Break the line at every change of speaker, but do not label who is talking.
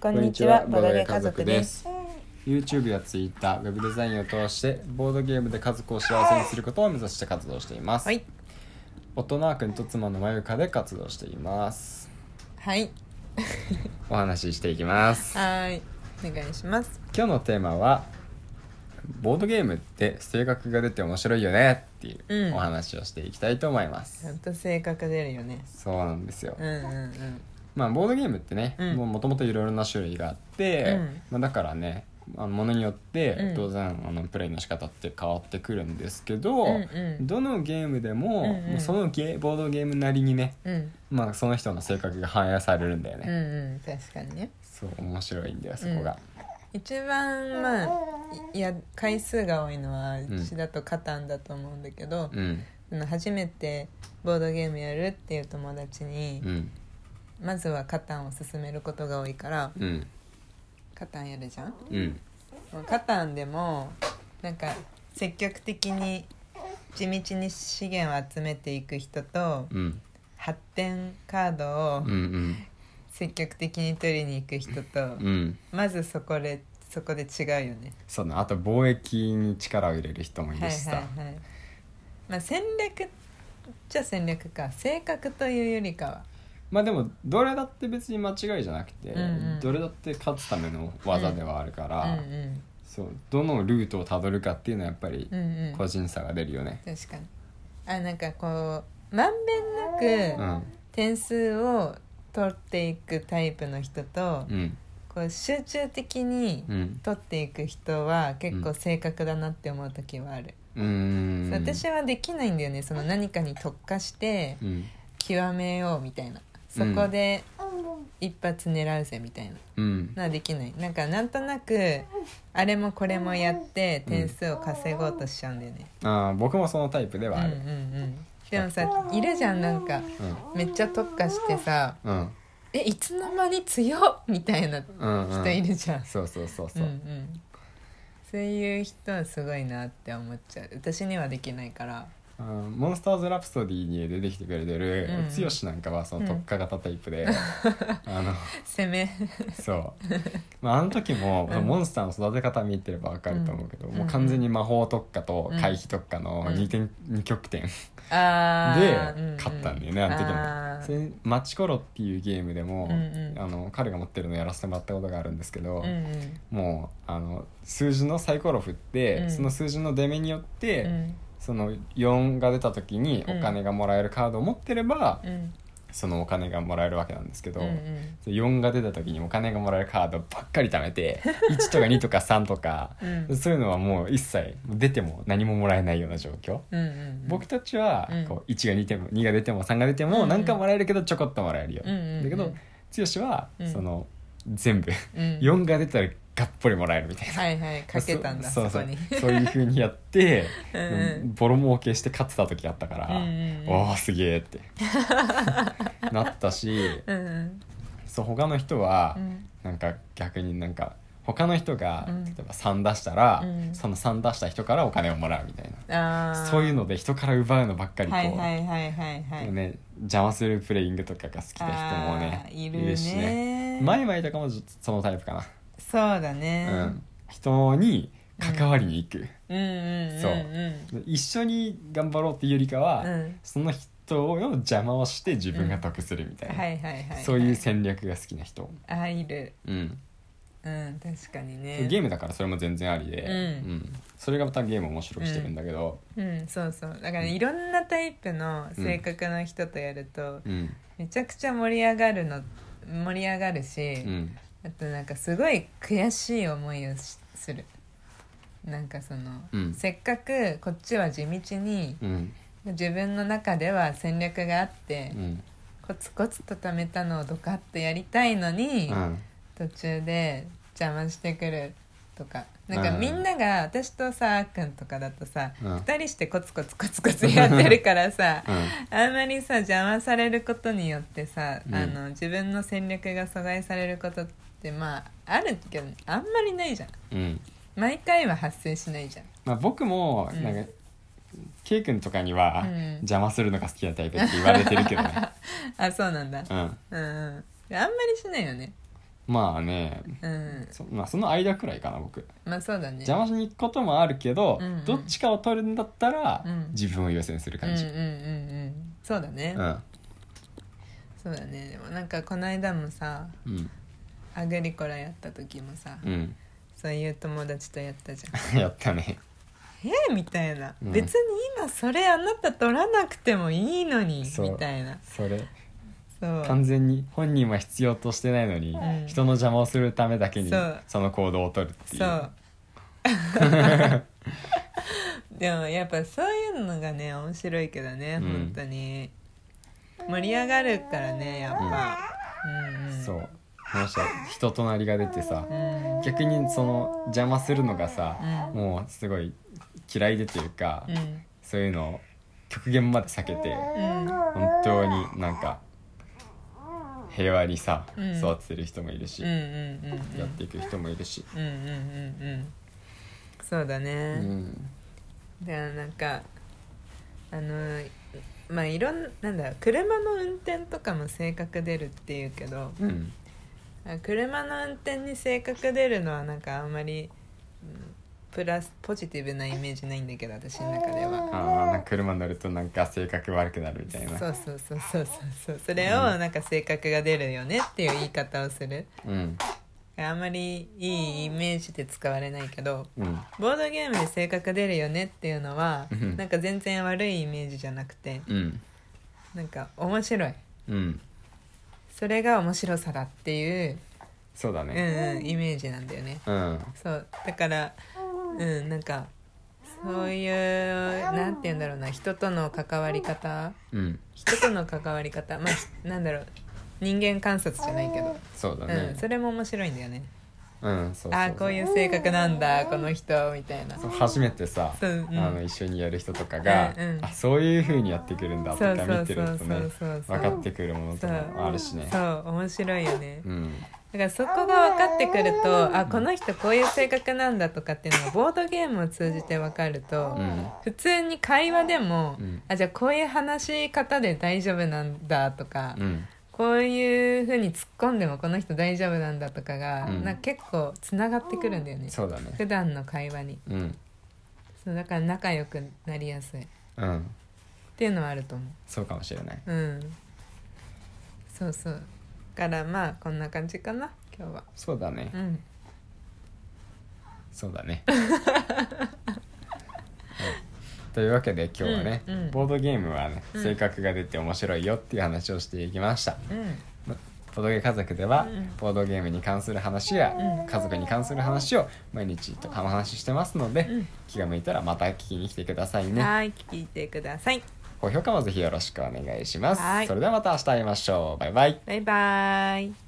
こんにちは、ボードゲー家族です。。
YouTube や Twitter、Web デザインを通してボードゲームで家族を幸せにすることを目指して活動しています。
はい、
大人くんと妻のまゆかで活動しています。
はい、
お話ししていきます。
はーい、お願いします。
今日のテーマはボードゲームって性格が出て面白いよねっていううんお話をしていきたいと思います。
ちゃんと性格出るよね。
そうなんですよ。
うんうん
まあボードゲームってね、
うん
もともといろいろな種類があって、
うん
まあ、だからねあのものによって
うん
当然あのプレイの仕方って変わってくるんですけど、
うんうん
どのゲームでも,、
うんうん
もうそのゲーボードゲームなりにね、
うん。うん
まあ、その人の性格が反映されるんだよね、
うんうん、確かにね。
そう面白いんだよそこが、
一番まあいいや回数が多いのは
ん
うちだとカタンだと思うんだけど、
うん
その初めてボードゲームやるっていう友達に、
うん
まずはカタンを勧めることが多いから
うん
カタンやるじゃん
うん
もうカタンでもなんか積極的に地道に資源を集めていく人と
うん
発展カードを
うんうん
積極的に取りに行く人と
うん
まずそこでそこで違うよね。
そうねあと貿易に力を入れる人もい
は
る
い
しさ、
はいはい。まあ戦略じゃ戦略か性格というよりかは。
まあでもどれだって別に間違いじゃなくて、
うんうん
どれだって勝つための技ではあるから、
うんうん
そうどのルートをたどるかっていうのはやっぱり
うんうん。
個人差が出るよね。
確かに。あなんかこうまんべん
う
なく
ん
点数を取っていくタイプの人と。
うん
こう集中的に
うん
取っていく人は結構性格だなって思う時はある、
うーん
私はできないんだよねその何かに特化して
うん
極めようみたいなそ
うん
こで一発狙うぜみたいな
うん
のはできないなんかなんとなくあれもこれもやって点数を稼ごうとしちゃうんだよね、
あー僕もそのタイプで
うん、
は
うん
あ
うん
る。
でもさいるじゃんなんかめっちゃ特化してさ
うん
「えいつの間に強っ!」みたいな
うんうん
人いるじゃん
そうそうそう
う
そ
んう
う。
ん、そういう人はすごいなって思っちゃう私にはできないから
あーモンスターズラプソディに出てきてくれてる
うん
剛、なんかはその特化型タイ プで、あの
攻め
そう、まあ、あの時も、
うん
モンスターの育て方見てれば分かると思うけど、
うん
もう完全に魔法特化と
うん
回避特化の2点、二極点で
あーうう
勝ったんだよね、あの時
あ
も。そ
ー
れマチコロっていうゲームでも、
うんうん
あの彼が持ってるのやらせてもらったことがあるんですけど、
うんうん
もうあの数字のサイコロ振って、
うん
その数字の出目によって、
うん
その4が出た時にお金がもらえるカードを持ってれば、
うん
そのお金がもらえるわけなんですけど。
うんうん
4が出た時にお金がもらえるカードばっかり貯め て1とか2とか3とか
うん
そういうのはもう一切出ても何ももらえないような状況
うんうん
僕たちは
うん
こう1が2ても2が出ても3が出て
うんう
も
ん
何かもらえるけどちょこっともらえるよ
うんうんうん
だけど剛は
うん
その全部
うん
4が出たらがっぽりもらえるみたいな。
はいはいかけたんだそ
そ
う
そ
こ
う
に
そうそういうふうにやって
うんうん
ボロ儲けして勝ってた時あったから
うんうんうん
おおすげえって なったし
うんうん
そう他の人は
うん
なんか逆になんか他の人が
うん
例えば3出したら、
うん
その3出した人からお金をもらうみたい
あ
な
ー
そういうので人から奪うのばっかりこう、
はいはいはいはいはい
ね、邪魔するプレイングとかが好きな人も
あ
ね
ーいる
し
ね
マイマイとかもそのタイプか
そうだ
な、
ね
うん人に関わりに行く、
うんうんうん
そう一緒に頑張ろうっていうよりかは、
うんうん
その人を邪魔をして自分が得するみたいな、
はいはいはい
そういう戦略が好きな人、
あいる
うん、
うん確かにね
ゲームだからそれも全然ありで、
うん
それがまたゲームを面白くしてるんだけど、
うんそうそうだからいろんなタイプの性格の人とやると
うん
めちゃくちゃ盛り上がるの盛り上がるし、
うん
あとなんかすごい悔しい思いをしするなんかその、
うん
せっかくこっちは地道に
うん
自分の中では戦略があって、
うん
コツコツと貯めたのをドカッとやりたいのに、
うん
途中で邪魔してくるとかなんか
うん
みんなが私とさあっくんとかだとさ、
うん
2人してコツコツコツコツやってるから さ
うん
あんまりさ邪魔されることによってさ、
うん
あの自分の戦略が阻害されることってまああるけどあんまりないじゃん
うん
毎回は発生しないじゃん
まあ僕も
うん
なんか、K 君とかには
うん
邪魔するのが好きなタ イプって言われてるけどね、
あそうなんだ
うん、
うんうんあんまりしないよね
まあね
うん
そ,、まあ、その間くらいかな僕
まあそうだね
邪魔しに行くこともあるけど、
うんうん
どっちかを取るんだったら、
うん
自分を優先する感じ
うんうんうんうんそうだね、
うん
そうだねでもなんかこの間もさ
うん
アグリコラやった時もさ、
うん、
そういう友達とやったじゃん
やったね
えみたいな、
うん
別に今それあなた取らなくてもいいのに
そう
みたいな
それ
そう
完全に本人は必要としてないのに、
うん
人の邪魔をするためだけに
そう
その行動を取るっていう
そう。 でもやっぱそういうのがね面白いけどね、
うん
本当に盛り上がるからねやっぱ、うんうん、
そうもし人となりが出てさ
うん、
逆にその邪魔するのがさ、
う
もうすごい嫌いでというか、
うん
そういうのを極限まで避けて
うん
本当になんか平和にさ、
うん
育ててる人もいるし、
うんうんうん
やっていく人もいるし、
うんうんうんうんそうだ
う
ね、
ん
でなんかあのまあいろんなんだ車の運転とかも性格出るっていうけど、
うん
あ車の運転に性格出るのはなんかあんまり、うんプラスポジティブなイメージないんだけど私の中では
ああなんか車乗るとなんか性格悪くなるみたいな
そうそうそうそうそうそうそれをなんか性格が出るよねっていう言い方をする
うん
あんまりいいイメージで使われないけど
うん
ボードゲームで性格出るよねっていうのは
うん
なんか全然悪いイメージじゃなくて
うん
なんか面白い
うん
それが面白さだっていう、
そうだ
うん
ね
うん、イメージなんだよね
うん
そうだからうんなんかそういうなんて言うんだろうな人との関わり方
うん
人との関わり方まあひなんだろう人間観察じゃないけど、
そうだ
うん、
ね
それも面白いんだよね
うんそうそう
ああこういう性格なんだこの人みたいな
そう初めてさ、
そううん
あの一緒にやる人とかが、
うんうん
あそういう風にやってくるんだとか
そうそう
見てるとね
そうそうそう
分かってくるものとかもあるしね
そう面白いよね
うん
だからそこが分かってくるとあこの人こういう性格なんだとかっていうのがボードゲームを通じて分かると、
うん
普通に会話でも、
うん
あじゃあこういう話し方で大丈夫なんだとか、
うん
こういうふうに突っ込んでもこの人大丈夫なんだとかが、
うん
なんか結構つながってくるんだよね
そうだね
普段の会話に
うん
そうだから仲良くなりやすいっ
うん
ていうのはあると思
そうかもしれないう
うんそうそうだからまあこんな感じかな今日は
そうだね
うん
そうだねはいというわけで今日はね、
うんうん
ボードゲームはね
うん
性格が出て面白いよっていう話をしていきました、
うん
ボードゲ家族では、
うん
ボードゲームに関する話や、
うん
家族に関する話を毎日とお話ししてますので、
うん
気が向いたらまた聞きに来てくださいね
はい聞いてください
高評価もぜひよろしくお願いします
はい
それではまた明日会いましょうバイバイ
バイバイ